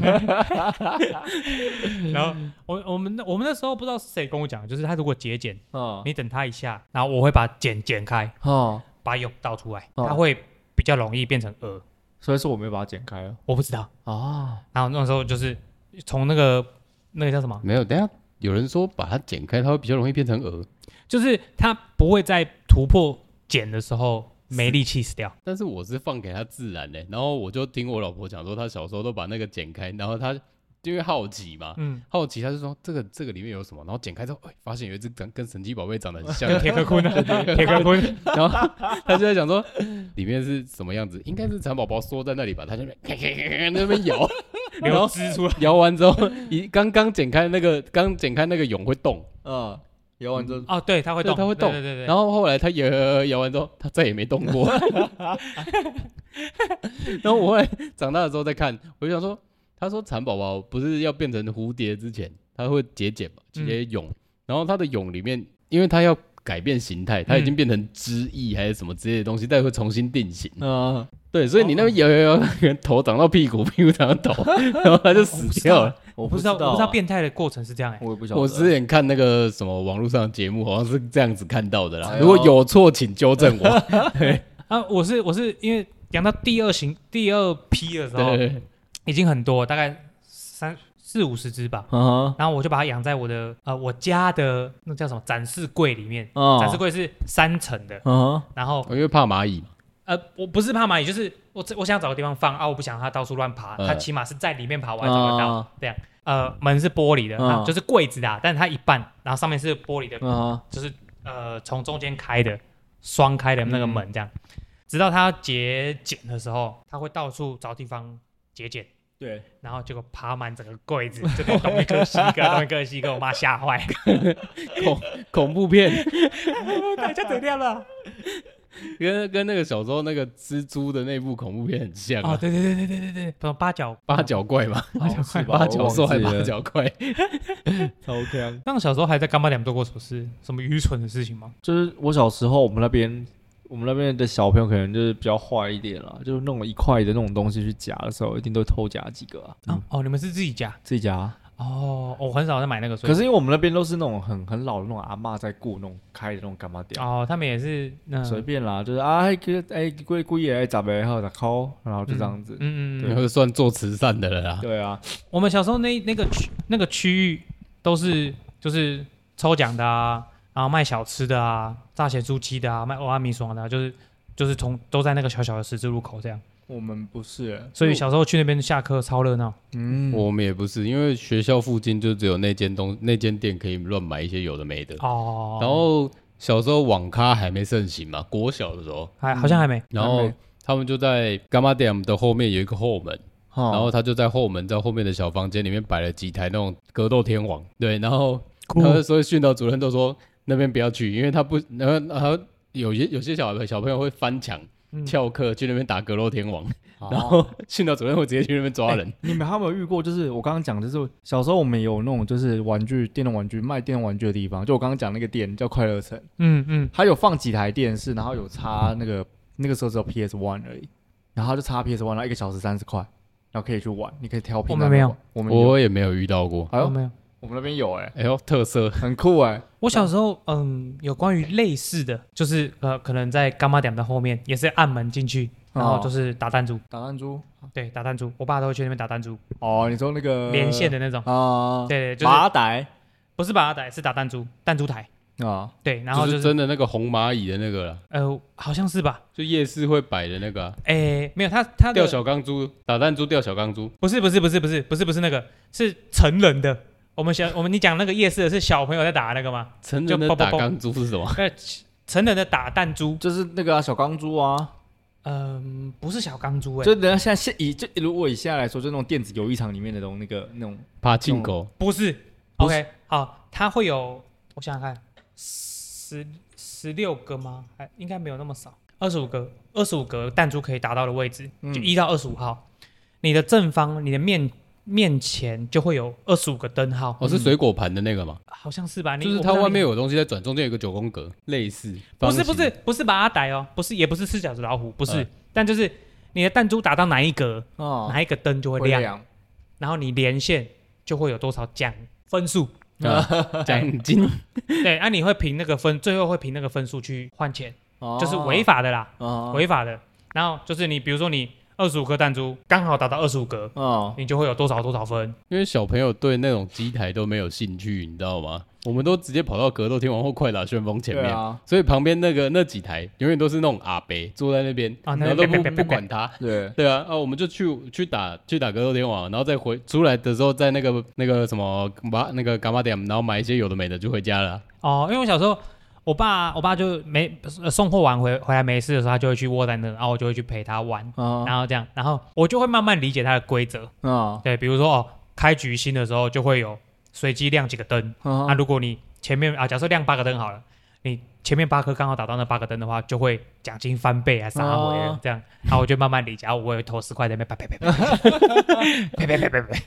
然后我我们那我们那时候不知道是谁跟我讲，就是它如果节俭，
哦
啊
你等它一下，然后我会把茧剪开，
啊，
把蛹倒出来，
哦
它会比较容易变成蛾。
所以说我没有把它剪开啊。
我不知道。
啊，
然后那时候就是从那个那个叫什么，
没有。等一下有人说把它剪开，它会比较容易变成鹅，
就是它不会在突破茧的时候没力气死掉。
但是我是放给它自然的、然后我就听我老婆讲说，她小时候都把那个剪开，然后她因为好奇嘛，
嗯，
好奇她就说这个这个里面有什么，然后剪开之后，哎、发现有一只长跟神奇宝贝长得很像，
跟铁壳裤呢，铁壳裤
然后她就在想说里面是什么样子，应该是蚕宝宝缩在那里吧，它就在那边 那边 摇，然
流
后
汁出来，
摇完之后，一刚刚剪开那个刚剪开那个蛹会动，
嗯，摇完之后，
哦，对，它会
对
动，
它会动
对对对对。
然后后来他摇摇摇摇完之后，他再也没动过。然后我后来长大的时候再看，我就想说，他说蚕宝宝不是要变成蝴蝶之前，它会节茧嘛，直接蛹，然后它的蛹里面，因为它要改变形态，它已经变成汁液还是什么之类的东西，再会重新定型。
嗯，
对，所以你那边摇摇摇，那个头长到屁股，屁股长到头， 然后它就死掉了。
我
我不知道，我不知道，变态的过程是这样哎、
我也不晓得。
我之前看那个什么网络上的节目，好像是这样子看到的啦。
哎呦
如果有错，请纠正 我。
啊，我是我是因为养到第二型第二批的时候，
对，
已经很多，大概三四五十只吧。
嗯
然后我就把它养在我的呃我家的那叫什么展示柜里面，
哼，
展示柜是三层的，
哦嗯哼，
然后
哦因为怕蚂蚁嘛。
呃我不是怕蚂蚁，就是我这我想找个地方放啊，我不想让它到处乱爬，
嗯
它起码是在里面爬，我还找得到
啊
这样。呃，门是玻璃的，
嗯
啊就是柜子的啊，但是它一半，然后上面是玻璃的，
嗯哼，
就是呃从中间开的双开的那个门这样，直到它结茧的时候，它会到处找地方结茧。
对，
然后结果爬满整个柜子，这边东一个西一个，东一个西一个，我妈吓坏，
恐恐怖片，
大家走掉了。
跟跟那个小时候那个蜘蛛的那部恐怖片很像
哦，
啊，
对对对对对对对，什么八角
八。角怪嘛，
八角怪吧
八角兽还
我忘记
八
了
角怪，
超强。
那小时候还在干妈点做过什么事？什么愚蠢的事情吗？
就是我小时候，我们那边我们那边的小朋友可能就是比较坏一点啦，就是弄了一块的那种东西去夹的时候，一定都偷夹几个啊，
啊哦，你们是自己家
自己夹啊。
哦，我很少在买那个，所
可
以
是因为我们那边都是那种很很老的那种阿嬷在雇那种开的那种干妈店，
哦，他们也是那
随便啦，就是啊，哎个哎贵贵也咋呗，然后咋抠，然后就这样子。
嗯嗯
然
嗯
后算做慈善的了啦。
对啊，
嗯，我们小时候那那个区那个区域都是就是抽奖的啊，然后卖小吃的啊，炸咸酥鸡的啊，卖欧阿米爽的、啊，就是就是从都在那个小小的十字路口这样，
我们不是，
所以小时候去那边下课超热闹。
嗯，
我们也不是，因为学校附近就只有那间东那间店可以乱买一些有的没的。
哦，
然后小时候网咖还没盛行嘛，国小的时候，
还好像还没，
然
还
后
没
他们就在 Gamma Dam 的后面有一个后门，
然
然后他就在后门，在后面的小房间里面摆了几台那种格斗天王，对，然后
酷
他所以训导主任都说那边不要去，因为他不，然后然后有些有些小朋小朋友会翻墙
嗯哦
翘课去那边打格斗天王， 然后训导主任会直接去那边抓人，
你们还有没有遇过？就是我刚刚讲，就是小时候我们有那种就是玩具电动玩具卖电动玩具的地方，就我刚刚讲那个店叫快乐城，
嗯嗯，
它有放几台电视，然后有插那个那个时候只有 PS One 而已，然后它就插 PS One，然后一个小时三十块，然后可以去玩，你可以挑片。
我们没有，
我们有，
我也没有遇到过。
哎
我
呦，
哦没有。
我们那边有哎，
哎呦，特色
很酷哎，
我小时候，嗯，有关于类似的，就是呃，可能在干妈点的后面也是按门进去，然
哦
后就是打弹珠，
打弹珠
对，打弹珠，我爸都会去那边打弹珠，
哦，你说那
呃
个
连线的那种，
啊，
对对，就是
马仔
不是把它打，是打弹珠，弹珠台，
啊，
对，然后
就
就是是
真的那个红蚂蚁的那个啦，
呃，好像是吧？
就夜市会摆的那个啊、
哎，没有，他他
钓
的
小钢珠、打弹珠、钓小钢珠，
不是不是不是不是不是不是那个，是成人的。我们小我们你讲那个夜市的是小朋友在打的那个吗？
成
就
人的
爆爆
打
爆
钢珠是什么？
呃，成人的打弹珠，
就是那个啊小钢珠啊，
嗯，不是小钢珠哎、
就人家现在现以就如果以现在来说，就那种电子游艺场里面的那种那个那种
爬进狗，
不是。
不是
OK，好，它会有，我想想看，十十六个吗？还应该没有那么少，二十五个，二十五个弹珠可以达到的位置，
嗯
就一到二十五号。你的正方，你的面面前就会有二十五个灯号，
哦，是水果盘的那个嘛，
好像是吧？嗯你
就是它外面。有东西在转，中间有个九宫格，类似。
我
方
不知道你不是
形
不是，不是把它逮哦，不是也不是四脚子老虎，不是，
嗯哦
但就是你的弹珠打到哪一格，
啊，
哪一个灯就会亮，然后你连线就会有多少奖分数，哎
啊奖金
对，啊，你会凭那个分，最后会凭那个分数去换钱，
哦
就是违法的啦，
啊
违法的。然后就是你，比如说你二十五颗弹珠刚好打到二十五格，
啊，
你就会有多少多少分。
因为小朋友对那种机台都没有兴趣，你知道吗？我们都直接跑到格斗天王或快打旋风前
对
面，
啊，
所以旁边那个那几台永远都是那种阿伯坐在那边，
啊那
然后都
边
不
边
不
边边
管他。
对，
对啊，啊，我们就去去打去打格斗天王，然后再回出来的时候，在那个那个什么把那个伽马点，然后买一些有的没的就回家了啊。
哦，因为我小时候，我爸我爸就没、呃送货完回回来没事的时候，他就会去窝在那，然后我就会去陪他玩，
啊
然后这样，然后我就会慢慢理解他的规则。
啊
对，比如说哦，开局新的时候就会有随机亮几个灯，那、
啊
如果你前面啊，假设亮八个灯好了，你前面八颗刚好打到那八个灯的话，就会奖金翻倍啊，啥回
哦
这样。然后我就慢慢理解，啊我有投十块在那边啪啪啪啪啪啪啪啪啪。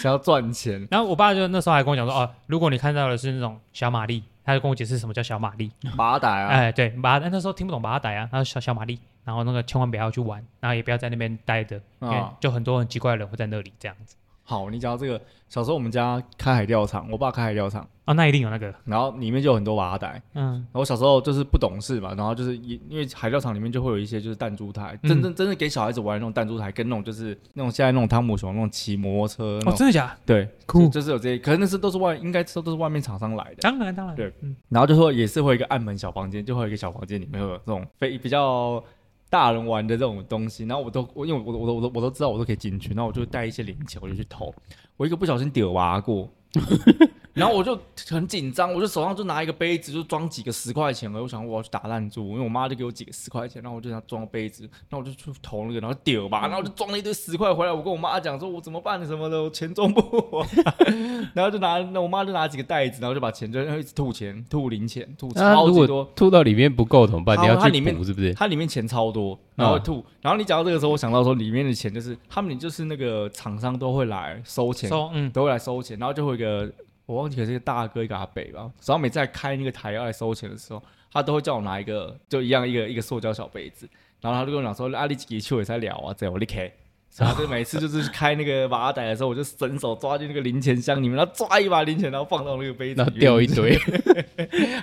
想要赚钱，
然后我爸就那时候还跟我讲说，哦，如果你看到的是那种小玛丽，他就跟我解释什么叫小玛丽。
马打啊，
哎，对，马那时候听不懂马仔啊，然后小小玛丽，然后那个千万不要去玩，然后也不要在那边待着，因为
啊
就很多很奇怪的人会在那里这样子。
好，你讲到这个，小时候我们家开海钓场，我爸开海钓场，
哦，那一定有那个，
然后里面就有很多瓦仔。
嗯，
然后我小时候就是不懂事嘛，然后就是因因为海钓场里面就会有一些就是弹珠台，
嗯
真正真正给小孩子玩的那种弹珠台，跟那种就是那种现在那种汤姆熊那种骑摩托车那
哦，
种，
真的假的？
对，
酷
就就是有这些，可是那是都是外应该都都是外面厂商来的。
当然当然，
对，
嗯，
然后就说也是会有一个暗门小房间，就会有一个小房间里面会有这种非比较大人玩的这种东西，然后我都我因为我都我都我都我都知道我都可以进去，然后我就带一些零钱我就去投，我一个不小心丢娃 过，然后我就很紧张，我就手上就拿一个杯子就装几个十块钱而已，我想我要去打弹珠，因为我妈就给我几个十块钱，然后我就想装杯子，那我就去投那个，然后丢
嗯
吧，然后就装了一堆十块回来，我跟我妈讲说我怎么办什么的，我钱装不 完。然后就拿，那我妈就拿几个袋子，然后就把钱就一直吐钱，吐零钱，吐
那
超
如
级
果
多。
吐到里面不够怎么办？
它
你要
它
去
里面
补是不是？
它里面钱超多，然后吐。然后你讲到这个时候，我想到说里面的钱就是他们就是那个厂商都会来收钱，
说嗯，
都会来收钱，然后就会有一个我忘记可是一个大哥一个阿北吧，只要每次来开那个台要来收钱的时候，他都会叫我拿一个就一样一个一个塑胶小杯子，然后他就跟我讲说啊你几去也才聊啊，这样我立刻。然后就每次就是开那个瓦仔的时候，我就伸手抓进那个零钱箱里面，然后抓一把零钱，然后放到那个杯子
那
里面，
掉一堆，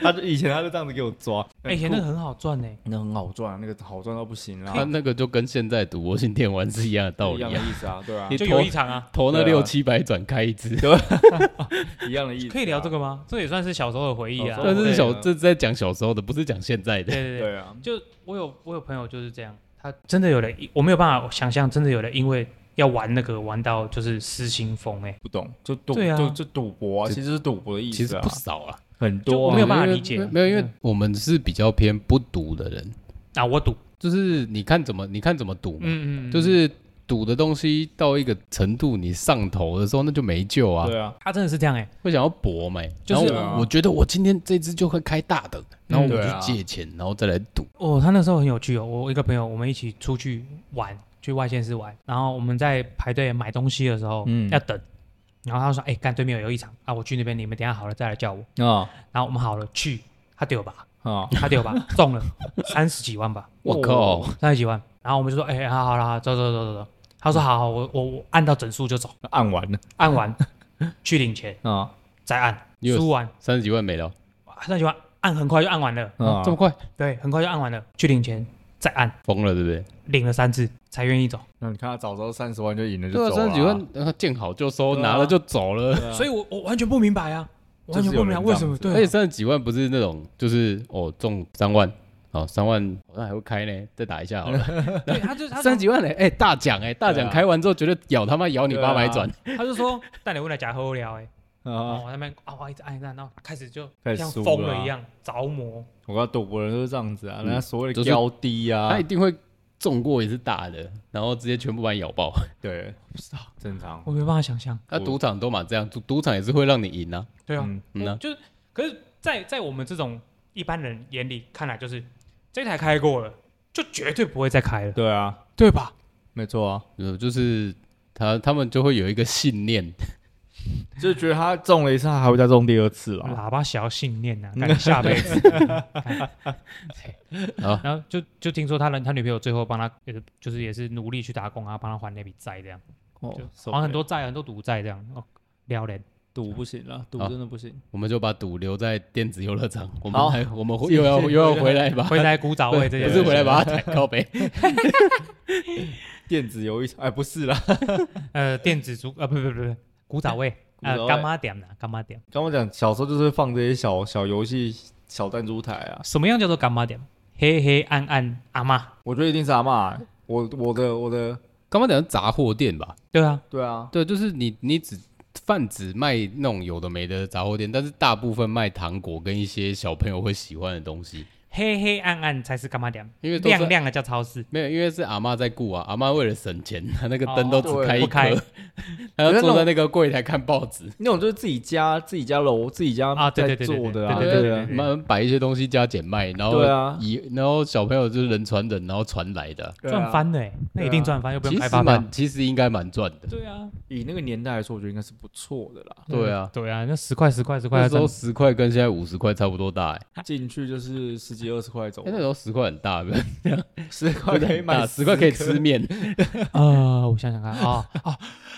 他就以前他就这样子给我抓，
哎以前那个很好赚呢，
那很好赚，那个好赚到不行啊啦
它， 那个就跟现在赌博性电玩是一样的道
一
理
样的
啊。
意思啊，对啊
你，
就
投
有一场啊，
投那
对啊
六七百转开一只，
一样的意思啊。
可以聊这个吗？这也算是小时候的回忆
小
啊
时。候
但
的回
是
忆
小
对啊
这是在讲小时候的，不是讲现在 的。
对对对，
对啊，
就我有我有朋友就是这样，他真的有人，我没有办法想象，真的有人因为要玩那个玩到就是失心疯哎，
不懂就赌
对啊
就就赌博啊，其实是赌博的意
其实
思啊
不，少啊，
很
就
多
我
啊
没有办法
因为
理解
没有，因为我们是比较偏不赌的人，
啊，我赌，
就是你看怎么你看怎么赌嘛，
嗯嗯，嗯
就是赌的东西到一个程度，你上头的时候那就没救啊，
对啊，
他真的是这样哎，
会想要搏嘛。
就
然后
是
对啊
我我觉得我今天这只就会开大的，然后我
对啊
就借钱，然后再来赌。
哦，他那时候很有趣哦。我一个朋友，我们一起出去玩，去外县市玩，然后我们在排队买东西的时候，
嗯
要等。然后他说：“哎、干对面有一场啊，我去那边，你们等一下好了再来叫我。
啊”
然后我们好了去，他丢吧，
啊，
他丢 吧，中了三十几万吧，
我靠！
三十几万。然后我们就说：“哎、好好了，好走走走走走。”他
嗯
说：“好好，我我我按到整数就走，
按完了
按 完去领钱，
啊
再按，
你有
输完
三十几万没了，
三十几万，按很快就按完了，
啊
这么，快
对，很快就按完了，去领钱，再按，
疯了，对不对？
领了三次才愿意走。”
那你看他早知道三十万就赢了就
对
走了，
啊，三十几万，呃见好就收，
对啊
拿了就走了。
对啊，
所
以
以我我完全不明白啊，我完全不明白为什么
就是
而且
对啊，
三十几万不是那种，就是哦中三万，哦三万好像还会开呢，再打一下 好了。
对，他就他
三十
就
几万嘞，哎大奖哎，大奖开完之后绝对咬他妈咬你
啊对啊
八百转，
他就说带你未来假喝聊哎，然
啊
后，我那边啊我一直按一直按，然后开始就
开始
像
输
疯
了
了
啊
一样着魔，
我告诉赌博人都是这样子啊，
嗯
人家所谓
就
的
是
标低啊
他一，定会中过一次大的，然后直接全部把你咬爆。
对，不知道正常，
我没办法想象。
那赌场都嘛这样，赌赌场也是会让你赢啊。
对啊，
嗯
嗯啊
就是可是在在我们这种一般人眼里看来，就是这台开过了，就绝对不会再开了，
对啊，
对吧？
没错啊，
呃，就是他他们就会有一个信念，
就是觉得他中了一次，他还会再中第二次啊啦。
喇叭小信念呐，干下辈子。
好
然后就就听说他的他女朋友最后帮他，也就是也是努力去打工啊，帮他还那笔债这样。
哦
就
受不了
还很多债，很多赌债这样。哦，撩人，
赌不行了，赌
好
真的不行，
我们就把赌留在电子游乐场。我
好
们还我们会又要又要回来吧？
回来古早味这些
不
东
是
西，
回来把它抬 高呗？
电子游一场，哎，不是啦，
呃，电子竹呃，不不不不，古早味，
古早
呃，
味
干妈点呐，干妈点，
刚刚讲小时候就是放这些小小游戏、小弹珠台啊，
什么样叫做干妈点？黑黑暗暗阿妈，
我觉得一定是阿嬷欸，我我的我的，
刚刚讲的杂货店吧？
对啊，
对啊，
对，就是你你只泛指卖那种有的没的杂货店，但是大部分卖糖果跟一些小朋友会喜欢的东西。
黑黑暗暗才是干嘛点，
因为都是
亮亮的叫超市。
没有，因为是阿妈在雇啊，阿妈为了省钱，她那个灯都只
哦
开一
不
颗
开，
还要坐在那个柜台看报纸，
那种就是自己家自己家楼自己家
啊对
在
对对对
做的啊，
对
对
对
啊
对
慢慢摆一些东西加减卖，然后
对啊
以然后小朋友就是人传人，然后传来的，
对啊
赚翻了欸，那一定赚翻，又不
其
用开
实
发票。
蛮其实应该蛮赚的，
对啊，
以那个年代来说，我觉得应该是不错的啦。
对啊
对啊，那十块十块十块
那
的
时
赚
候，十块跟现在五十块差不多大哎、
进去就是十几二十块走
欸，，那时候十块很大， 不是
十块可以买，
十块可以吃面，
呃，我想想看 啊哦，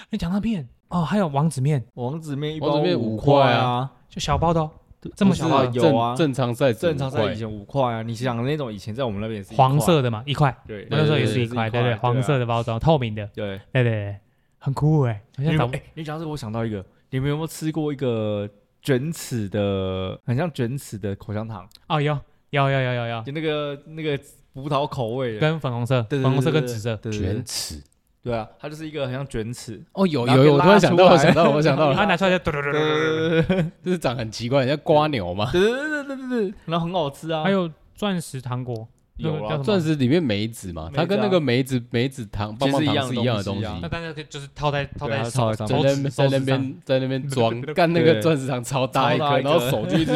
你讲到面哦，还有王子面，
王子面一
王
包
子面五
块
块
啊，
就小包的哦，这么
不是
小
啊
包的
有啊
正正常赛
正常在以
前
前五块啊。你想的那种以前在我们那边也是一块
黄，色的嘛，一块，
对，
那时候也
对
是一块，对对，
对，啊
黄色
的，
的包装，透明的，
对。
对对对，很酷哎，好
你
像
们
长
哎，你讲到这个，我想到一个，你们有没有吃过一个卷尺的，很像卷尺的口香糖，
哦有有有有有有，
就那个那个葡萄口味的，
跟粉红色，
对对对
粉红色
对
跟
对
紫色，
对对对
卷尺
对啊，它就是一个很像卷尺，
哦，有
然后
有有，
被
我
拉
突然想到，
出来
我想到，我想到
然后
了，
拿出来就嘟嘟嘟嘟嘟嘟。
哦对对对
就是长很奇怪，像瓜牛嘛，
对对对对，然后很好吃啊，
还有钻石糖果，
有啊
哎那个叫什么
钻石里面梅子嘛，
梅子啊
它跟那个梅子梅子糖棒棒糖是一样的东
其实
西
一样的
那
啊。
大家可以就是套在套
对
在
啊
手
套在上
在
手
面
那
指
边在那
手指上，
边在那边装， 干那个钻石糖超大一颗，
对
然后手就一直，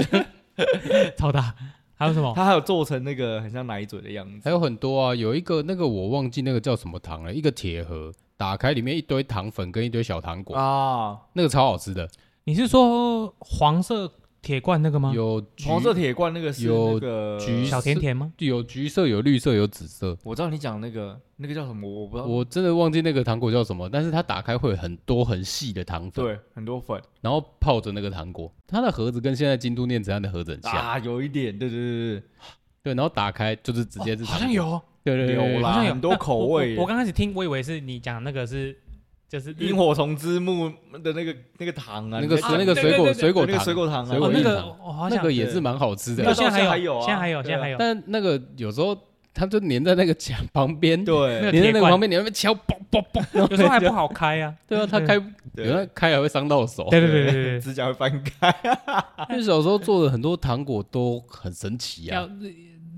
超大。还有什么？
它还有做成那个很像奶嘴的样子，
还有很多啊，有一个那个我忘记那个叫什么糖了，一个铁盒，打开里面一堆糖粉跟一堆小糖果，
啊，
那个超好吃的，
你是说黄色铁罐那个吗？
有橘
黄色铁罐那个是那
有
个
橘
小甜甜吗？
有橘色有绿色有紫色，
我知道你讲那个那个叫什么，我不知道，
我真的忘记那个糖果叫什么，但是它打开会有很多很细的糖粉，
对，很多粉
然后泡着那个糖果，它的盒子跟现在京都念慈庵的盒子很像，
啊，有一点，对对对
对，然后打开就是直接是、啊
好像，有哦，
对对
对，
对
有
对
啦，
好像有
很多口味
那我我。我刚开始听，我以为是你讲那个是就是日
萤火虫之墓的那个那个糖啊，
那个
你在
那个
对
水
对
果
对
水果
那个水
糖，
果糖啊，
水
哦
果
那
硬
个
糖
我好
那
像
个也是蛮好吃
对
的
啊，
现在还
到现在还有啊
现在还有
对
现
啊
在还有，
但那个有时候它就粘在那个墙旁边，粘
对
那
在
个铁
那个
罐
旁边，你在那边敲，嘣嘣嘣，
有时候还不好开啊。
对啊，它开，有时候
对
开还会伤到手。
对对对对对对，
指甲会翻开，
因为小时候做的很多糖果都很神奇
要
啊，
日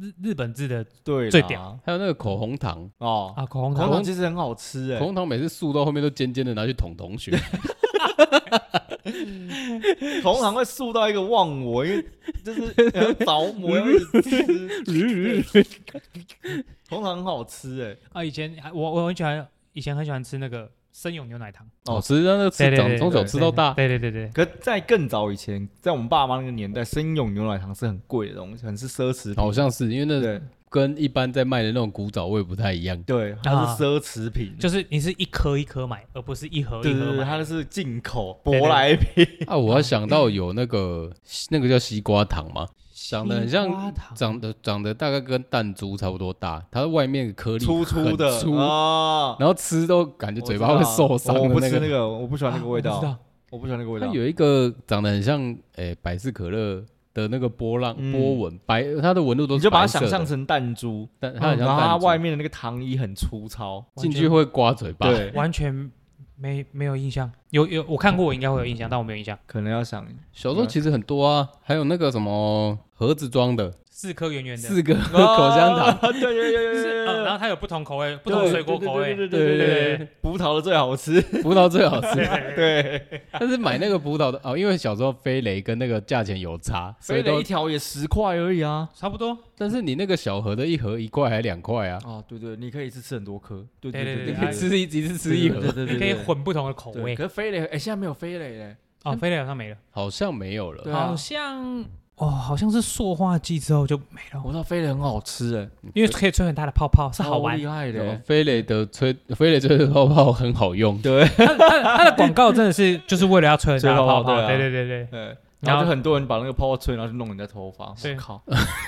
日日本制的
对啦，
最屌
还有那个口红糖，
哦，
啊口红
口
糖
红，糖其实很好吃哎
口，红糖每次塑到后面都尖尖的，拿去捅同学。
口红糖会塑到一个忘我，因为 就是很着魔，要一直吃。口红糖很好吃哎，
啊，以前还我我很喜欢，以前很喜欢吃那个生永牛奶糖，
哦，吃那个
对
吃
对
长
对
从小吃到大，
对对对对，
可在更早以前，在我们爸妈那个年代，生用牛奶糖是很贵的东西，很是奢侈品。
好像是因为那
对
跟一般在卖的那种古早味不太一样。
对，它是奢侈品，
啊就是你是一颗一颗买，而不是一盒
对
一
对
盒
对，
买。
它是进口
对对
舶来品。
啊，我还想到有那个那个叫西瓜糖嘛，长得很
西瓜
像，
糖
长得长得大概跟弹珠差不多大，它外面颗粒
粗粗的
很粗，
啊，
然后吃都感觉
我
嘴
知
巴
道
会受伤
我
的
不吃
那
那
个。啊
个，我不喜欢那个味道，我不喜欢那个味
它
道。
有一个长得很像诶、百事可乐的那个波浪、
嗯
波纹，白它的纹路都
你
是
就把它
白
想
色
象
的，
成弹珠，
但 它
然
很像
后它
弹珠
外面的那个糖衣很粗糙，
进去会刮嘴巴。
对，
完全没没有印象，有有我看过，我应该会有印象，但我没有印象。
可能要想
小
嗯
时候其实很多啊，还有那个什么盒子装的
四颗圆圆的，
四个 口香糖，
啊，对对对对
是
对
呃
对
然
对
后它有不同口味，不同水果口味，
对对
对
对对
对对
对，葡萄的最好吃，
葡萄最好吃。
对，
但是买那个葡萄的哦，因为小时候飞雷跟那个价钱有差，所
所
以
以
都
一。条也十块而已啊。
差不多。
但是你那个小盒的一盒一块还两块啊，
哦，对对，你可以一次吃很多颗，对
对
对
对
可以吃一一次吃一盒，
对
你
对，
可
对
以混不同的口
对
味
可。是飞雷，哎，现在没有飞雷嘞，
哦，飞雷好像没了，
好像没有了
对。啊
好像哦，好像是塑化剂之后就没了，
我知道飞雷很好吃哎，
因为可以吹很大的泡泡，是好
超
玩
厉。害的
有
欸，
飞雷的吹飞雷吹的泡泡很好用，
对，
它的广告真的是就是为了要吹很大的
吹泡
泡泡，
泡对啊
对对对对，
对，
然
然
后
后就很多人把那个泡泡吹，然后就弄人家头发，
对
我靠，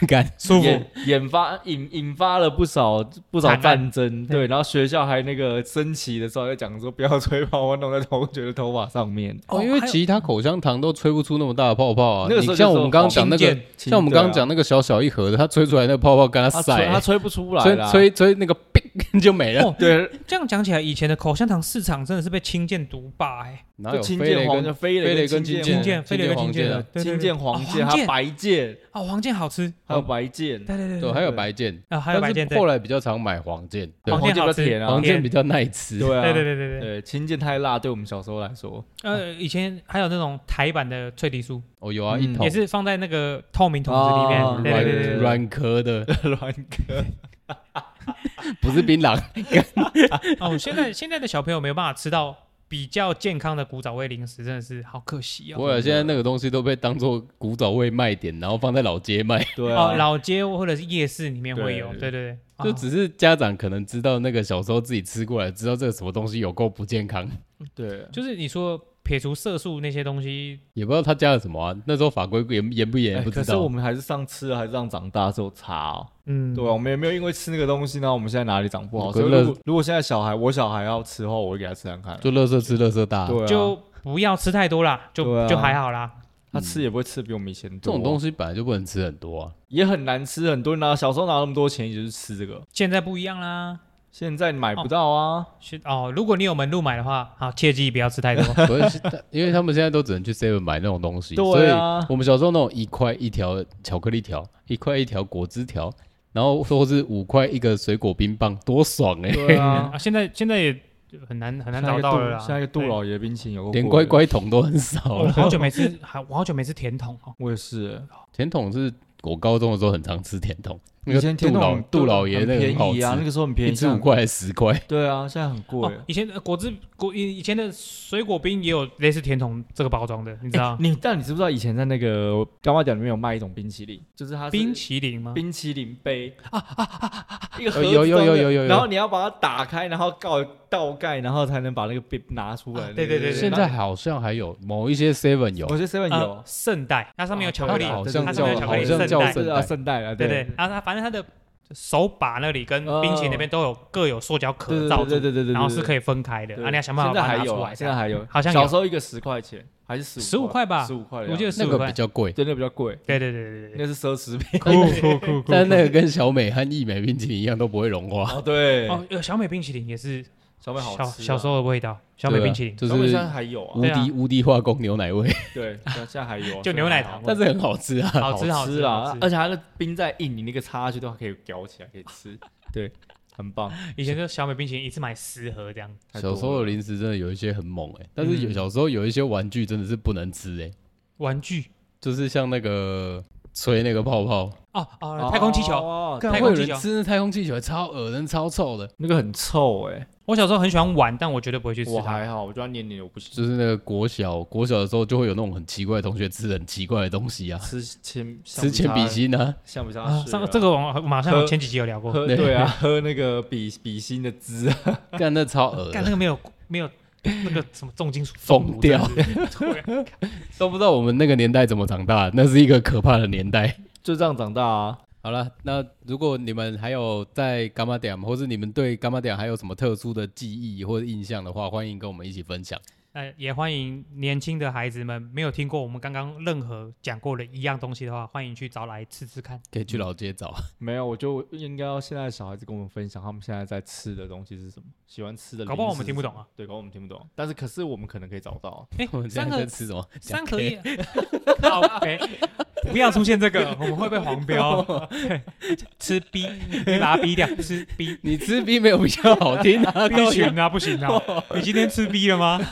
干
舒服
引。引发引引发了不少不少
惨案
战争，对，然后学校还那个升旗的时候在讲说不要吹泡泡弄在同学的头发上面，
哦，因为
还有
其他口香糖都吹不出那么大的泡泡啊。
那个时候
你像
就是
我们刚刚讲那
轻
个，像我们刚刚讲那个小小一盒的，它吹出来那个泡泡，跟
啊
它啊
他吹
塞
他，吹不出来
吹
啦，
吹吹那个，哔 就没了。
哦，
对，
这样讲起来，以前的口香糖市场真的是被青剑独霸哎，
哪
就
有
青
飞
剑
雷
黄
跟
的飞
飞
雷
雷跟
青
剑
青
啊
剑、飞雷跟
青
青
剑
剑
啊
的，对对
青
对
剑、黄
哦
剑，
黄
还
剑
有白剑，
哦，黄剑好吃，
还有白剑，
对对对
对，还有白剑，
啊，还有白
但
剑，
是
对
后来比较常买黄剑，对
黄
黄
剑
剑
好
比较
吃
甜啊
黄剑
甜
比较耐吃。
对啊，
对对对对对，
对，青剑太辣，对我们小时候来说，
呃，以前还有那种台版的脆皮酥，
哦，有啊，
嗯
一桶
也是放在那个透明桶子里
哦
面，
软
对对对对对对，
软壳的，
软哥，
不是槟 榔。
哦，现在现在的小朋友没有办法吃到比较健康的古早味零食，真的是好可惜
不
哦。
过现在那个东西都被当做古早味卖点，然后放在老街卖，
对
哦，
啊，
老街或者是夜市里面会有，
对
对对对，哦
就只是家长可能知道那个小时候自己吃过来，知道这个什么东西有够不健康，
对，
就是你说撇除色素那些东西，
也不知道他加了什么啊。那时候法规严严不严
哎
不
可
知
是我
道。
们还是上吃了还是让长大之后差哦。
嗯，
对啊，我们也没有因为吃那个东西，然后我们现在哪里长不好。
可
所以
乐
如果如果现在小孩，我小孩要吃的话，我会给他吃看看。
就乐色吃乐色大，
对啊，
就不要吃太多啦，就、
对啊
就还好啦。
他
嗯
吃也不会吃比我们以前
这
多。
种东
西
西本来就不能吃很多啊。
也很难吃，很多人拿小时候拿那么多钱，也就是吃这个。
现在不一样啦，
现在买不到啊，
是哦，如果你有门路买的话，好，切记不要吃太多。
所以是，因为他们现在都只能去 Seven 买那种东西，所
对
以
啊
我们小时候那种一块一条巧克力条，一块一条果汁条，然后说是五块一个水果冰棒，多爽 哎！
对啊，
啊，现在现在也很难很难
下
找
一个
到了
杜
啦。
下一个杜老爷冰淇淋有够
连
贵
乖
的，
乖桶都很少啊
哦，我
了。
好久没吃，还我好久没吃甜筒哦。
我也是。欸
甜筒是我高中的时候很常吃甜筒，那
以
个
前天
杜老
童
杜老爷
很
那个很好
便宜啊，那
吃，
个时候很便宜，
一支五块还是十块，
对啊，现在很贵
哦。，以前的果汁果以以前的水果冰也有类似甜筒这个包装的，你
哎
知道？
你但你知不知道以前在那个干妈店里面有卖一种冰淇淋，就是它是
冰淇淋吗？
冰淇淋杯啊啊啊！一个盒子
有有有
装的
有有有
然后你要把它打开，然后倒倒盖，然后才能把那个杯拿出来
啊
那个。
对对对对
现在好像还有某一些 Seven 有
我，觉得 seven 有
呃，，圣代，它上面有巧克力，
啊
好
对
像
它
叫
上面有巧克
好
力
像叫
是
圣
啊，
代，
圣代啊，
对
对
对，然后它反正它的手把那里跟冰淇淋那边都有各有塑胶壳
哦对
罩
对
住
对，对对对，
然后是可
以。
以分开的，
对
啊，你要想办法
现在
把它
还
拿
有
出
啊，
来。
现在还有，
好像有
小时候一个十块钱还是十
15块吧
十五块的样子，
我记得
那
15
个
块
比较贵。
啊对那个比较贵，
对对对对
那是奢侈 品。
对，酷酷
但那个跟小美和益美冰淇淋一样都不会融化。
哦，对，
哦，有小美冰淇淋也是
小美好
小
吃啊。
小时候的味道，小美
对啊
冰淇淋
就
小美现在
是
还有啊
无，
对
敌
啊
无敌化工牛奶味，
对，现在还有啊，
就牛奶糖
但
但是
是
很 好吃啊。
好吃好
吃
吃
啊
好，
而
吃。
且它的冰再硬，你那个插下去都可以咬起来，可以 吃，对，很棒。
以前就小美冰淇淋一次买十盒这样，
太多
小
了
时候的零食真的有一些很猛哎、但是有
嗯
小时候有一些玩具真的是不能吃哎、
玩具
就是像那个吹那个泡泡，
哦哦，太空气球，
哦
干
会有
太空气球
人吃那太空气球，超恶心、超臭的。
那个很臭哎、
我小时候很喜欢玩，但我绝对不会去吃
我
它。啊
还好，我觉得它黏黏的我不喜
就是那个国小国小的时候，就会有那种很奇怪的同学吃很奇怪的东西啊，
欢吃铅
吃铅笔，芯 啊，
橡皮擦
啊，
水
上
啊
这个我马上
喝
前几集有聊过，
喝
对
对啊，喝那个笔笔芯的汁啊，
干那超恶
干
心，
那个没有没有那个什么重金属
疯掉，都不知道我们那个年代怎么长大，那是一个可怕的年代。
就这样长大啊。
好了，那如果你们还有在伽马点，或是你们对伽马点还有什么特殊的记忆或者印象的话，欢迎跟我们一起分享。
呃，也欢迎年轻的孩子们没有听过我们刚刚任何讲过的一样东西的话，欢迎去找来吃吃看。
可以去老街找，
没有，我就应该要现在的小孩子跟我们分享他们现在在吃的东西是什么，喜欢吃的。
搞不好我们听不懂啊。
对，搞不好我们听不懂，但是可是我们可能可以找到。啊
哎
我，们现
三
在在
合
吃什么？
三合一， 好肥，不要出现这 个，我们会被黄标。 对吃 B，你把它逼 掉，吃 B。
你吃冰没有比较好听 啊？
B
高
群啊，不行啊！ 你今天吃 B 了吗？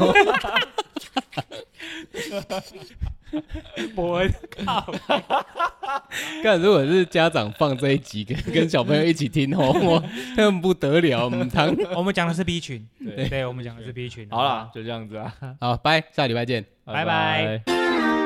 我靠！
干，如果是家长放这一集跟跟小朋友一起听 哦，我他们不得了，母汤。
我们讲的是 B 群，
对
对，我们讲的是 B 群。
好啦，，就这样子啊，
好，拜，下礼拜见。
拜拜
拜